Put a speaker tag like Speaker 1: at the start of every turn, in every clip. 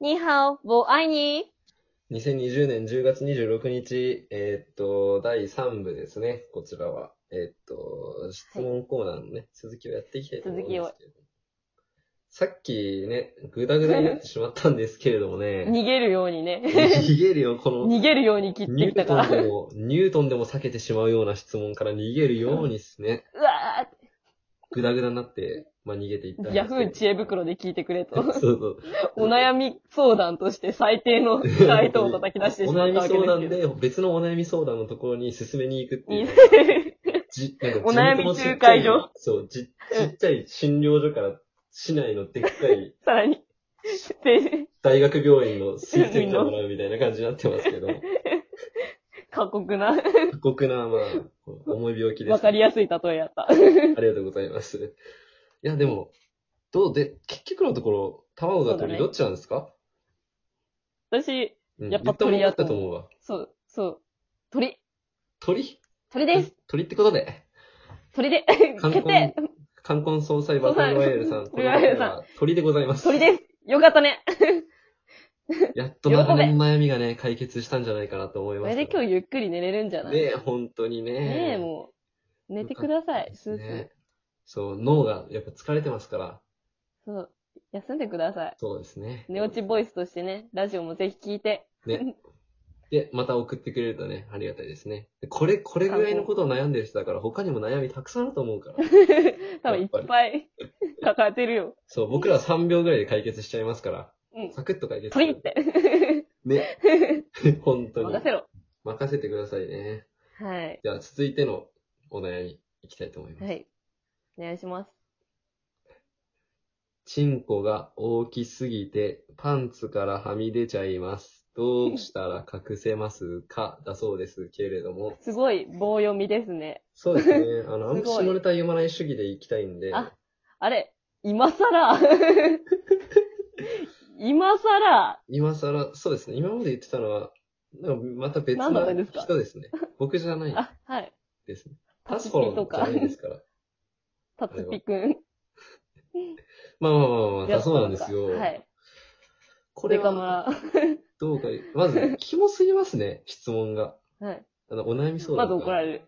Speaker 1: ニーハオ、ボアイニ
Speaker 2: 2020年10月26日、えーっと、第3部ですね、こちらは。えーっと、質問コーナーのね、続きをやっていきたいと思うんですけれども。さっきね、ぐだぐだになってしまったんですけれども
Speaker 1: ー。
Speaker 2: ね、
Speaker 1: 逃げるように ね。
Speaker 2: 逃げるよ、この、
Speaker 1: 逃げるように切って
Speaker 2: ニュ
Speaker 1: き
Speaker 2: ー
Speaker 1: たか
Speaker 2: ト
Speaker 1: ら。
Speaker 2: ンでも、ニュートンでも避けてしまうような質問から逃げるようにですね、
Speaker 1: うわ
Speaker 2: ぐだぐだになって、まあ逃げていったん
Speaker 1: ー
Speaker 2: ですけど
Speaker 1: ヤフー知恵袋で聞いてくれ
Speaker 2: そう
Speaker 1: と。
Speaker 2: そう。
Speaker 1: お悩み相談として最低 の回答を叩き出してし
Speaker 2: お
Speaker 1: まった
Speaker 2: 悩み
Speaker 1: わけです
Speaker 2: 相
Speaker 1: け
Speaker 2: 談
Speaker 1: ど。
Speaker 2: で、別のお悩み相談のところに進めに行くっていう。じなんか
Speaker 1: お悩み
Speaker 2: 地元のちっちゃい
Speaker 1: 仲介所
Speaker 2: そう、じ、ちっちゃい診療所から市内のでっかい
Speaker 1: さらに。で
Speaker 2: 大学病院の推薦者もらうみたいな感じになってま すけど、
Speaker 1: 過酷な、
Speaker 2: 過酷な、まあ、重い病気です。
Speaker 1: わかりやすい例えやった。
Speaker 2: ありがとうございます。いや、でも、どうで、結局のところ、卵が
Speaker 1: そうだ
Speaker 2: 鳥、
Speaker 1: ね
Speaker 2: どっちなんですか
Speaker 1: 私、
Speaker 2: うん
Speaker 1: やっぱ
Speaker 2: 言たもん
Speaker 1: 鳥や
Speaker 2: だっ
Speaker 1: と
Speaker 2: た
Speaker 1: 思
Speaker 2: と
Speaker 1: う
Speaker 2: 思うわ。
Speaker 1: そう、そう。鳥、
Speaker 2: 鳥
Speaker 1: 鳥です。
Speaker 2: 鳥ってことで、
Speaker 1: 鳥で、
Speaker 2: 冠
Speaker 1: 決定
Speaker 2: 婚、冠婚総裁バトルロワイヤルさん、
Speaker 1: 総裁ロワイヤルさん
Speaker 2: この方は鳥でございます。
Speaker 1: 鳥です。よかったね。
Speaker 2: やっと長年の悩みがね、解決したんじゃないかなと思い
Speaker 1: こ
Speaker 2: ます。
Speaker 1: れで今日ゆっくり寝れるんじゃない
Speaker 2: ねえ、本当にね。
Speaker 1: ねえ、もう。寝てください、スースー
Speaker 2: ね。そう、脳がやっぱ疲れてますから。
Speaker 1: そう。休んでください。
Speaker 2: そうですね。
Speaker 1: 寝落ちボイスとしてね、ラジオもぜひ聞いて。
Speaker 2: ね。で、また送ってくれるとね、ありがたいですね。でこれ、これぐらいのことを悩んでる人だから、他にも悩みたくさんあると思 うから。
Speaker 1: 多分いっぱい 抱えてるよ。
Speaker 2: そう、僕らは3秒ぐらいで解決しちゃいますから。
Speaker 1: うん
Speaker 2: サクッと解決
Speaker 1: 鳥って。
Speaker 2: ね。 本当に。
Speaker 1: 任せろ。
Speaker 2: 任せてくださいね。
Speaker 1: はい。
Speaker 2: じゃあ、続いてのお悩み、いきたいと思います。
Speaker 1: はい。お願いします。
Speaker 2: チンコが大きすぎて、パンツからはみ出ちゃいます。どうしたら隠せますか だそうですけれども。
Speaker 1: すごい棒読みですね。
Speaker 2: そうですね。 あの、あん
Speaker 1: す
Speaker 2: ま
Speaker 1: ごい
Speaker 2: 下ネタ読まない主義でいきたいんで。
Speaker 1: ああれ、今更 今更
Speaker 2: 今更、そうですね。今まで言ってたのは、なんかまた別
Speaker 1: 何だったん
Speaker 2: の
Speaker 1: ですか
Speaker 2: 人で すね。僕じゃない
Speaker 1: あ、はい。
Speaker 2: ですね。
Speaker 1: タ
Speaker 2: タ
Speaker 1: ツピ
Speaker 2: スポロン
Speaker 1: と
Speaker 2: じ
Speaker 1: か
Speaker 2: ゃな、いですから。
Speaker 1: タツピくん。
Speaker 2: まあまあまあまあまあ、そうなんですよ。
Speaker 1: はい。
Speaker 2: これ
Speaker 1: デカ
Speaker 2: は、
Speaker 1: マ
Speaker 2: どうか、まず、キモすぎますね、質問が。
Speaker 1: ラ。はい。
Speaker 2: あの、お悩み相
Speaker 1: ま
Speaker 2: 談
Speaker 1: ず
Speaker 2: か
Speaker 1: 怒ら
Speaker 2: ら。
Speaker 1: れる。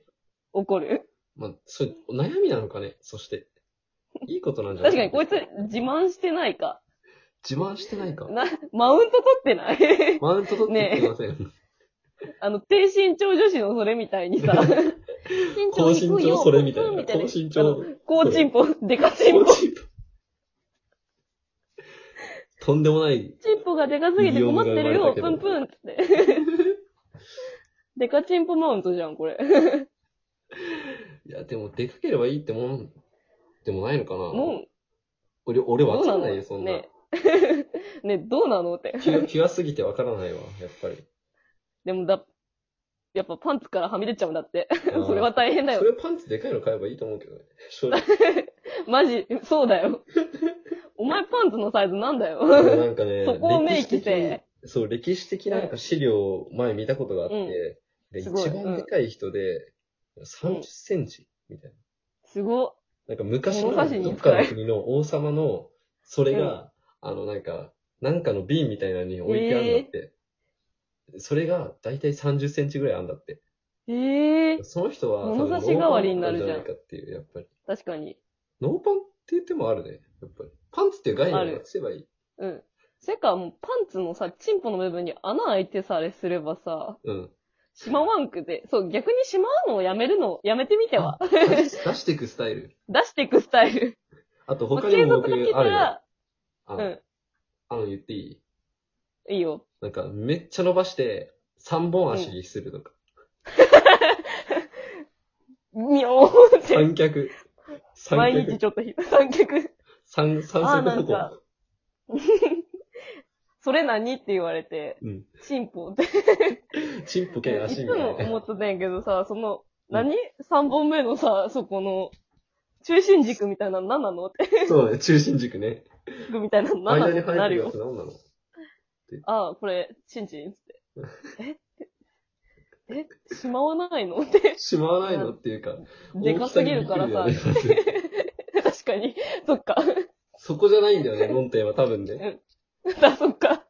Speaker 1: 怒る。
Speaker 2: まあ、それ、悩みなのかね、そして。いいことなんじゃな
Speaker 1: 確
Speaker 2: い
Speaker 1: かにこいつ自慢してないか。
Speaker 2: 自慢してないか。
Speaker 1: な、マウント取ってない
Speaker 2: マウント取ってきてません。
Speaker 1: あの、低身長女子のそれみたいに さ、
Speaker 2: 高
Speaker 1: 低
Speaker 2: 身
Speaker 1: 身
Speaker 2: 長それみたいな。
Speaker 1: 高
Speaker 2: 高身長。
Speaker 1: 高チンポ、でかチン
Speaker 2: 高
Speaker 1: ポ。
Speaker 2: 身長とんでもない。
Speaker 1: チンポがでかすぎて困ってるよ、
Speaker 2: イデ
Speaker 1: プ
Speaker 2: オム
Speaker 1: ンプ
Speaker 2: が
Speaker 1: ンって。 でかチンポマウントじゃん、これ。
Speaker 2: いや、でも、でかければいいってもん、でもないのかな。
Speaker 1: もう、
Speaker 2: 俺、俺
Speaker 1: ど
Speaker 2: わ
Speaker 1: う
Speaker 2: か
Speaker 1: なの
Speaker 2: んないよ、そんな
Speaker 1: ね。 ね、どうなのって。
Speaker 2: ピュア、ピュアすぎてわからないわ、やっぱり。
Speaker 1: でもだ、やっぱパンツからはみ出ちゃうんだって。
Speaker 2: あ ー
Speaker 1: それは大変だ
Speaker 2: そ
Speaker 1: よ。
Speaker 2: れパンツでかいの買えばいいと思うけどね。正 直。
Speaker 1: マジ、そうだ よ。お前パンツのサイズなんだよ。
Speaker 2: でもなんかね、
Speaker 1: そこを明記
Speaker 2: 歴史
Speaker 1: し
Speaker 2: 的
Speaker 1: て。
Speaker 2: そう、歴史的なんか資料を前見たことがあって、で、
Speaker 1: す
Speaker 2: 一
Speaker 1: ごい
Speaker 2: 番でかい人で、30センチみたいな。
Speaker 1: すごっ。
Speaker 2: なんか昔の
Speaker 1: 物差しに
Speaker 2: どっかの国の王様の、それが、あのなんか、なんかの瓶みたいなのに置いてあるんだって。それが、だいたい30センチぐらいあんだって。
Speaker 1: ええ
Speaker 2: その人は、
Speaker 1: 物差し代わりになるじゃん
Speaker 2: 多分ノーパンだったじゃないかっていう、やっぱり。
Speaker 1: 確かに。
Speaker 2: ノーパンって言ってもあるね。やっぱり。パンツっていう概念をなくせばいい。
Speaker 1: うん。それか、もうパンツのさ、チンポの部分に穴開いてさ、あれすればさ、
Speaker 2: うん。
Speaker 1: しまわんくて、そう、逆にしまうのをやめるの、やめてみては。
Speaker 2: 出し出していくスタイル。
Speaker 1: 出していくスタイル。
Speaker 2: あと
Speaker 1: まあ
Speaker 2: 他に
Speaker 1: 警
Speaker 2: も
Speaker 1: 察が
Speaker 2: 僕
Speaker 1: 聞い
Speaker 2: あ
Speaker 1: た
Speaker 2: るよ。
Speaker 1: ら、
Speaker 2: あ
Speaker 1: う
Speaker 2: の、
Speaker 1: ん、
Speaker 2: あの言っていい
Speaker 1: いいよ。
Speaker 2: なんか、めっちゃ伸ばして、3本足にすると か。
Speaker 1: にょーって、
Speaker 2: 三脚。三
Speaker 1: 毎日
Speaker 2: 脚。
Speaker 1: ちょっとひ、三脚。
Speaker 2: 三、三
Speaker 1: あー
Speaker 2: 足
Speaker 1: なん
Speaker 2: 歩
Speaker 1: か
Speaker 2: 行。
Speaker 1: それ何って言われて、
Speaker 2: うん。
Speaker 1: チンポって。
Speaker 2: チンポ兼
Speaker 1: い
Speaker 2: 足
Speaker 1: つ
Speaker 2: みたい
Speaker 1: も
Speaker 2: なね。
Speaker 1: 思ってたんやけどさ、その、
Speaker 2: うん
Speaker 1: 何三本目のさ、そこの、中心軸みたいなの何なのって、
Speaker 2: そうね、中心軸ね。
Speaker 1: 軸みたいなの何な
Speaker 2: 間
Speaker 1: の
Speaker 2: に
Speaker 1: ってな
Speaker 2: 入って
Speaker 1: る
Speaker 2: る
Speaker 1: よ
Speaker 2: やつ。何なの
Speaker 1: ああ、これ、チンチンっつって。ええしまわないのって。
Speaker 2: しまわないのっていうか。
Speaker 1: でかすぎるからさ
Speaker 2: 大き。さにびっくりだよね
Speaker 1: 確かに。そっか。
Speaker 2: そこじゃないんだよね、論点は多分ね。
Speaker 1: だ、そっか。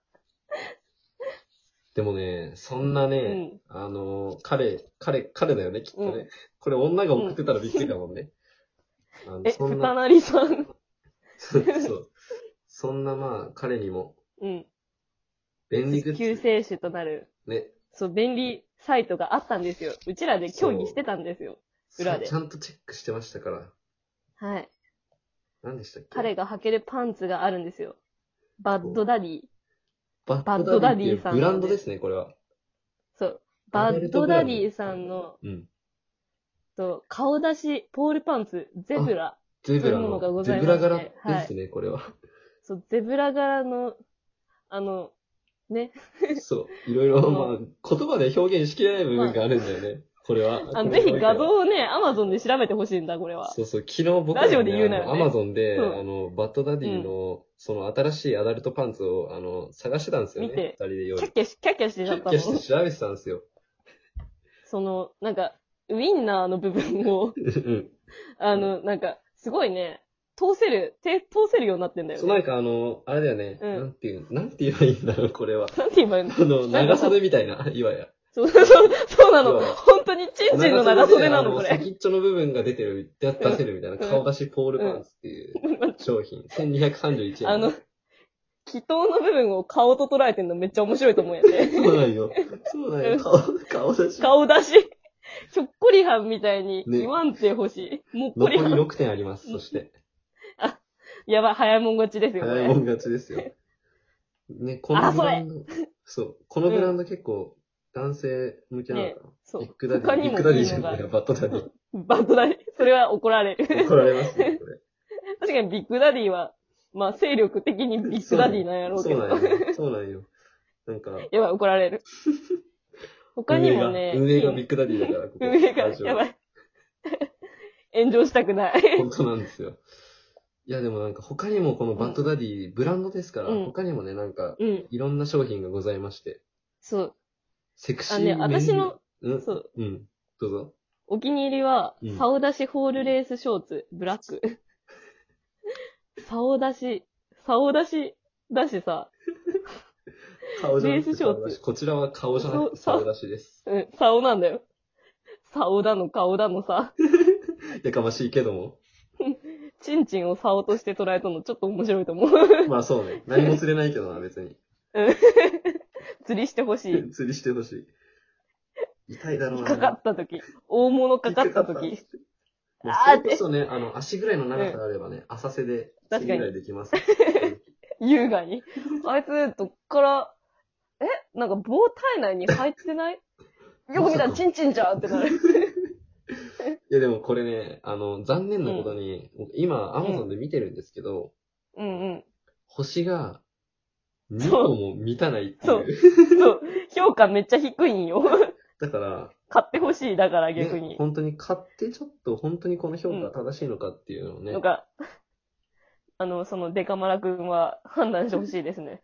Speaker 2: でもね、そんなね、
Speaker 1: うん。
Speaker 2: あの、彼、彼、彼だよね、きっとね。
Speaker 1: うん
Speaker 2: これ女が送ってたらびっくりだもんね。あの
Speaker 1: え、
Speaker 2: そ
Speaker 1: ふ
Speaker 2: ん
Speaker 1: た
Speaker 2: な、
Speaker 1: なりさん。
Speaker 2: そう。そんなまあ、彼にも、
Speaker 1: うん。
Speaker 2: 便利グッ
Speaker 1: 救
Speaker 2: ズ、
Speaker 1: 世主となる、
Speaker 2: ね、
Speaker 1: そう、便利サイトがあったんですよ。うちらで協議してたんですよ。裏で
Speaker 2: ちゃんとチェックしてましたから。
Speaker 1: はい。
Speaker 2: 何でしたっけ
Speaker 1: 彼が履けるパンツがあるんですよ。バッドダディ。
Speaker 2: バ
Speaker 1: バ
Speaker 2: ッ
Speaker 1: ッ
Speaker 2: ド
Speaker 1: ド
Speaker 2: ダ
Speaker 1: ダ
Speaker 2: デ
Speaker 1: ディ
Speaker 2: ィって
Speaker 1: さ
Speaker 2: いうんブランドですね、これは。
Speaker 1: そう。バッドダディさんの、
Speaker 2: うん。
Speaker 1: と、顔出し、ポールパンツ、ゼブラ。
Speaker 2: ゼブラ
Speaker 1: そういうものが
Speaker 2: の、
Speaker 1: ご
Speaker 2: ゼ
Speaker 1: ざい
Speaker 2: ブ
Speaker 1: ま
Speaker 2: ラ
Speaker 1: すね
Speaker 2: 柄ですね、これは。
Speaker 1: そう、ゼブラ柄の、あの、ね、
Speaker 2: そう。いろいろ、
Speaker 1: そう
Speaker 2: まあ、言葉で表現しきれない部分があるんだよね。これは。
Speaker 1: あの、
Speaker 2: これ
Speaker 1: ぜ
Speaker 2: は
Speaker 1: ひ画像をね、アマゾンで調べてほしいんだ、これは。
Speaker 2: そうそう、昨日僕
Speaker 1: ラジオで言うなよね
Speaker 2: アマゾンで、
Speaker 1: うん
Speaker 2: あの、バッドダディの、その新しいアダルトパンツを、あの、探してたんですよね。
Speaker 1: 見て
Speaker 2: 二人で用意
Speaker 1: キャッ。キャし、キャッキャして
Speaker 2: キ
Speaker 1: ちゃ
Speaker 2: ャ
Speaker 1: っ
Speaker 2: ッ
Speaker 1: た
Speaker 2: キ
Speaker 1: の
Speaker 2: ャ。して調べてたんで すよ。
Speaker 1: その、なんか、ウィンナーの部分 を、
Speaker 2: うん
Speaker 1: あの、なんか、すごいね、通せる、手、通せるようになってんだよ
Speaker 2: そう、
Speaker 1: ね。
Speaker 2: なんかあの、あれだよね。
Speaker 1: うん
Speaker 2: なんていう、なんて言えばいいんだろう、これは。
Speaker 1: なんて言えばいい の
Speaker 2: あの、長袖みたいな、いわや。
Speaker 1: そう、そう、そうな
Speaker 2: う
Speaker 1: の。
Speaker 2: わ
Speaker 1: 本当に、チンチンの長袖なの、こ
Speaker 2: 長袖で
Speaker 1: れ。
Speaker 2: あ先っちょの部分が出てる、出出せるみたいな、
Speaker 1: うん
Speaker 2: 顔出しポールパンツっていう商品。1231 円。
Speaker 1: あの、祈祷の部分を顔と捉えてんのめっちゃ面白いと思うんや で。
Speaker 2: そうなんよ。そうなんよ。顔、顔出し。
Speaker 1: 顔出し、 ひょっこりはんみたいに
Speaker 2: ね
Speaker 1: 言わんてほしい。もっこ
Speaker 2: 残り
Speaker 1: りはん。
Speaker 2: 6点あります、そして。
Speaker 1: やばい、早いもん勝ちですよ、こ
Speaker 2: 早い
Speaker 1: れ
Speaker 2: も。ん勝ちですよ。ね、この
Speaker 1: あ
Speaker 2: ブランド、そう、このブランド結構男性向けなのか
Speaker 1: そ
Speaker 2: な。ビ
Speaker 1: う
Speaker 2: ッ。グダデ
Speaker 1: 他
Speaker 2: ィ、
Speaker 1: に
Speaker 2: ビ
Speaker 1: も
Speaker 2: ッグダディ
Speaker 1: いい
Speaker 2: じゃ
Speaker 1: の
Speaker 2: な
Speaker 1: が
Speaker 2: いよ、バットダディ。
Speaker 1: バッドダディ。それは怒られる。
Speaker 2: 怒られますね、これ。
Speaker 1: 確かにビッグダディは、まあ、勢力的にビッグダディ なんやろうけ
Speaker 2: そう
Speaker 1: ど。
Speaker 2: なんよ。そうなんよ。なんか、
Speaker 1: やばい、怒られ る。他にもね、
Speaker 2: 運営が運営がビッグダディだから、こ こ。
Speaker 1: 運営が
Speaker 2: ラジオ
Speaker 1: やばい。炎上したくない。
Speaker 2: 本当なんですよ。いや、でもなんか他にもこのバットダディ、ブランドですから、
Speaker 1: うん
Speaker 2: 他にもね、なんか、
Speaker 1: うん。
Speaker 2: いろんな商品がございまして、
Speaker 1: そう。
Speaker 2: セクシ
Speaker 1: あ
Speaker 2: ー
Speaker 1: のね、
Speaker 2: メンズ
Speaker 1: 私の、、
Speaker 2: うん、
Speaker 1: そう。
Speaker 2: うん、どうぞ。
Speaker 1: お気に入りは
Speaker 2: うん、
Speaker 1: 竿出しホールレースショーツ、ブラック。竿出し、竿出し、だしさ、
Speaker 2: 顔じゃなく
Speaker 1: レ
Speaker 2: て
Speaker 1: ースショーツ
Speaker 2: 顔出しこちらは顔じゃなくて
Speaker 1: そう
Speaker 2: 顔出しです。
Speaker 1: うん、竿なんだよ。竿だの、顔だのさ、
Speaker 2: やかましいけ ども。
Speaker 1: チンチンを竿として捉えたのちょっと面白いと思う。
Speaker 2: まあそうね。何も釣れないけどな、別に。
Speaker 1: 釣りしてほしい。
Speaker 2: 釣りしてほしい。痛いだろう
Speaker 1: 引っ
Speaker 2: な。
Speaker 1: かかった時、大物かかった時。
Speaker 2: もう
Speaker 1: あー
Speaker 2: それこそね、あの、足ぐらいの長さがあればね、浅瀬で釣
Speaker 1: 確
Speaker 2: り
Speaker 1: かに
Speaker 2: ぐらいできます。
Speaker 1: 優雅に。あいつ、どっから、えなんか棒体内に入ってないよく見たらチンチンじゃんってなる。
Speaker 2: いやでもこれね、あの、残念なことに、今、アマゾンで見てるんですけど、
Speaker 1: うん
Speaker 2: 星が2個も満たないって
Speaker 1: そう
Speaker 2: いう。
Speaker 1: うん。そう。評価めっちゃ低いんよ。
Speaker 2: だから、
Speaker 1: 買ってほしい、だから逆
Speaker 2: ね
Speaker 1: に。、
Speaker 2: 本当に買ってちょっと本当にこの評価正しいのかっていうのをね
Speaker 1: なん、か、あの、そのデカマラ君は判断してほしいですね。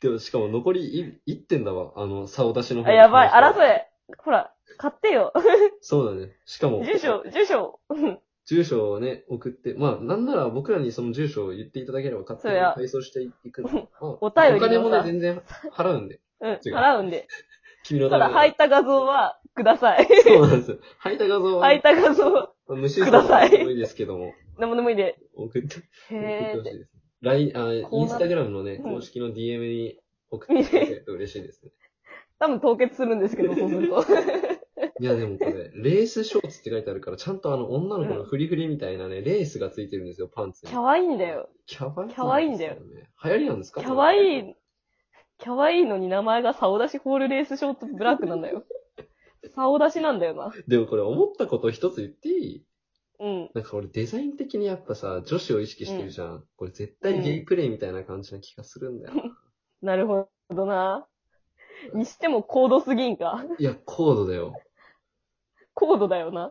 Speaker 2: でもしかも残りい1点だわ、あの、竿出しの方
Speaker 1: あ、やばい、
Speaker 2: ら
Speaker 1: 争えほら、買ってよ
Speaker 2: そうだね。しかも、
Speaker 1: 住所、住所うん
Speaker 2: 住所をね、送って、まあ、なんなら僕らにその住所を言っていただければ勝手
Speaker 1: そ
Speaker 2: に
Speaker 1: りゃ
Speaker 2: 配送していくの。まあ
Speaker 1: お便りの
Speaker 2: お金もね
Speaker 1: さ、
Speaker 2: 全然 払うんで。
Speaker 1: うん、
Speaker 2: 違う
Speaker 1: 払うんで。
Speaker 2: 君のた
Speaker 1: た
Speaker 2: め
Speaker 1: だ、
Speaker 2: に
Speaker 1: 履いた画像はください。
Speaker 2: そうなんで すよ。履いた画像は、
Speaker 1: 履いた画像、
Speaker 2: 無視する
Speaker 1: ください
Speaker 2: のも多いですけども、
Speaker 1: なんもでもいいで。
Speaker 2: 送って、送っ
Speaker 1: へ
Speaker 2: て
Speaker 1: ー
Speaker 2: ほ
Speaker 1: っ
Speaker 2: しい
Speaker 1: て。
Speaker 2: です。LINE、あ、
Speaker 1: こう
Speaker 2: イ
Speaker 1: な
Speaker 2: ンスタグラムのね、
Speaker 1: うん
Speaker 2: 公式の DM に送っていただけると嬉しいですね。
Speaker 1: 多分凍結するんですけど、 そうすると。
Speaker 2: いや、でもこ れ、レースショーツって書いてあるから、ちゃんとあの、女の子のフリフリみたいなね、レースがついてるんですよ、パンツに。
Speaker 1: 可愛いんだよ。
Speaker 2: キャバい。
Speaker 1: 可愛いんだよ。
Speaker 2: 流行りなんですか
Speaker 1: 可愛
Speaker 2: い。
Speaker 1: い、可愛いのに名前が竿出しホールレースショートブラックなんだよ。竿出しなんだよな。
Speaker 2: でもこれ思ったこと一つ言っていい
Speaker 1: うん。
Speaker 2: なんか俺デザイン的にやっぱさ、女子を意識してるじゃん。これ絶対ゲイプレイみたいな感じな気がするんだよ な。
Speaker 1: なるほどな。にしても高度すぎんか。
Speaker 2: いや、高度だよ。
Speaker 1: 高度だよな。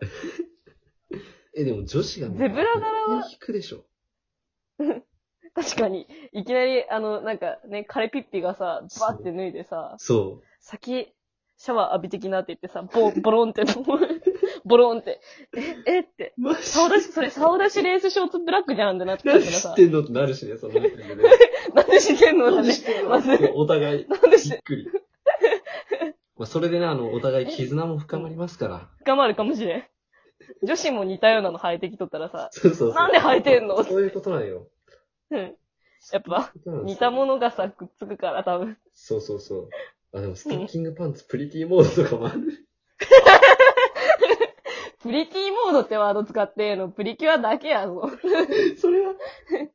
Speaker 2: え、でも女子が
Speaker 1: ゼブラ柄は
Speaker 2: 絶対引くでしょ。
Speaker 1: 確かに。いきなり、あの、なんかね、枯れピッピがさ、バーって脱いでさ、
Speaker 2: そ
Speaker 1: 先、シャワー浴びてきなって言ってさ、ボ、ボロンって、 ボロンって、え、えって、
Speaker 2: マジ
Speaker 1: サオダシ、それサオダシレースショーツブラックじゃんってなってたか
Speaker 2: 何
Speaker 1: ら
Speaker 2: 知
Speaker 1: さ
Speaker 2: っ、てんのってなるしね、その時点でね。
Speaker 1: なんでしてんのだ
Speaker 2: 何
Speaker 1: ね
Speaker 2: してん。の
Speaker 1: まず、なんで
Speaker 2: お互い、
Speaker 1: し
Speaker 2: び
Speaker 1: て、
Speaker 2: っくり。まあ、それでね、あの、お互い絆も深まりますから。
Speaker 1: 深まるかもしれん。女子も似たようなの履いてきとったらさ、
Speaker 2: そうそうそう。
Speaker 1: なんで履いてんの
Speaker 2: そういうことなんよ。
Speaker 1: うん。やっぱ、似た
Speaker 2: の。
Speaker 1: ものがさ、くっつくから多分。
Speaker 2: そうそうそう。あ、でもストッキングパンツ、プリティモードとかもある。
Speaker 1: プリティモードってワード使ってんの、プリキュアだけやぞ。
Speaker 2: それは、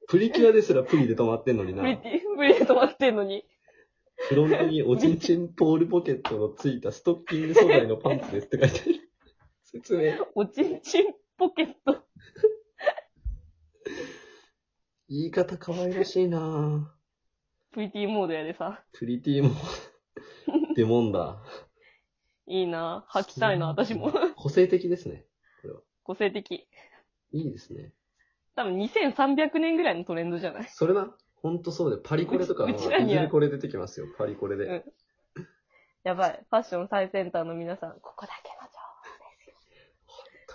Speaker 2: プリキュアですらプリで止まってんのにな
Speaker 1: プ。リティ、プリで止まってんのに。
Speaker 2: フロントにおちんちんポールポケットのついたストッキング素材のパンツですって書いてある。説明。
Speaker 1: おちんちんポケット。
Speaker 2: 言い方可愛らしいなぁ。
Speaker 1: プリティモードやでさ。
Speaker 2: プリテ ィも、ってもんだ。
Speaker 1: いいなぁ。履きたいな、私も。。
Speaker 2: 個性的ですね。
Speaker 1: 個性的。
Speaker 2: いいですね。
Speaker 1: 多分2300年ぐらいのトレンドじゃない
Speaker 2: それな。ほんとそうで、パリコレとか、
Speaker 1: うちうちら
Speaker 2: い
Speaker 1: に
Speaker 2: ず
Speaker 1: は
Speaker 2: れこれ出てきますよ、パリコ
Speaker 1: う
Speaker 2: レ
Speaker 1: ん
Speaker 2: で。
Speaker 1: やばい。ファッション最先端の皆さん、ここだけの情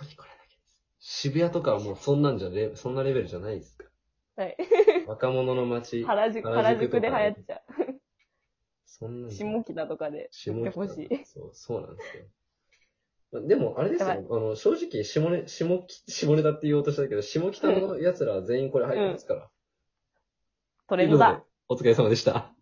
Speaker 2: パリコレだけです。渋谷とかはもうそんなんじゃレ、そんなレベルじゃないですか。
Speaker 1: 報。はい。
Speaker 2: 若者の街。
Speaker 1: 原宿、
Speaker 2: 原
Speaker 1: 原
Speaker 2: 宿
Speaker 1: 宿
Speaker 2: とか
Speaker 1: で流行っちゃ
Speaker 2: そんなん
Speaker 1: う。
Speaker 2: じゃ
Speaker 1: 下北とかで。
Speaker 2: 下
Speaker 1: や
Speaker 2: 北
Speaker 1: ってほしい。
Speaker 2: そう、そうなんですよ。まあでも、あれですよ。あ
Speaker 1: やば
Speaker 2: の、正直、下ネ、下き、下ネタって言おうとしたけど、下北の奴らは全員これ入ってますから。
Speaker 1: トレンドだ。
Speaker 2: お疲れ様でした。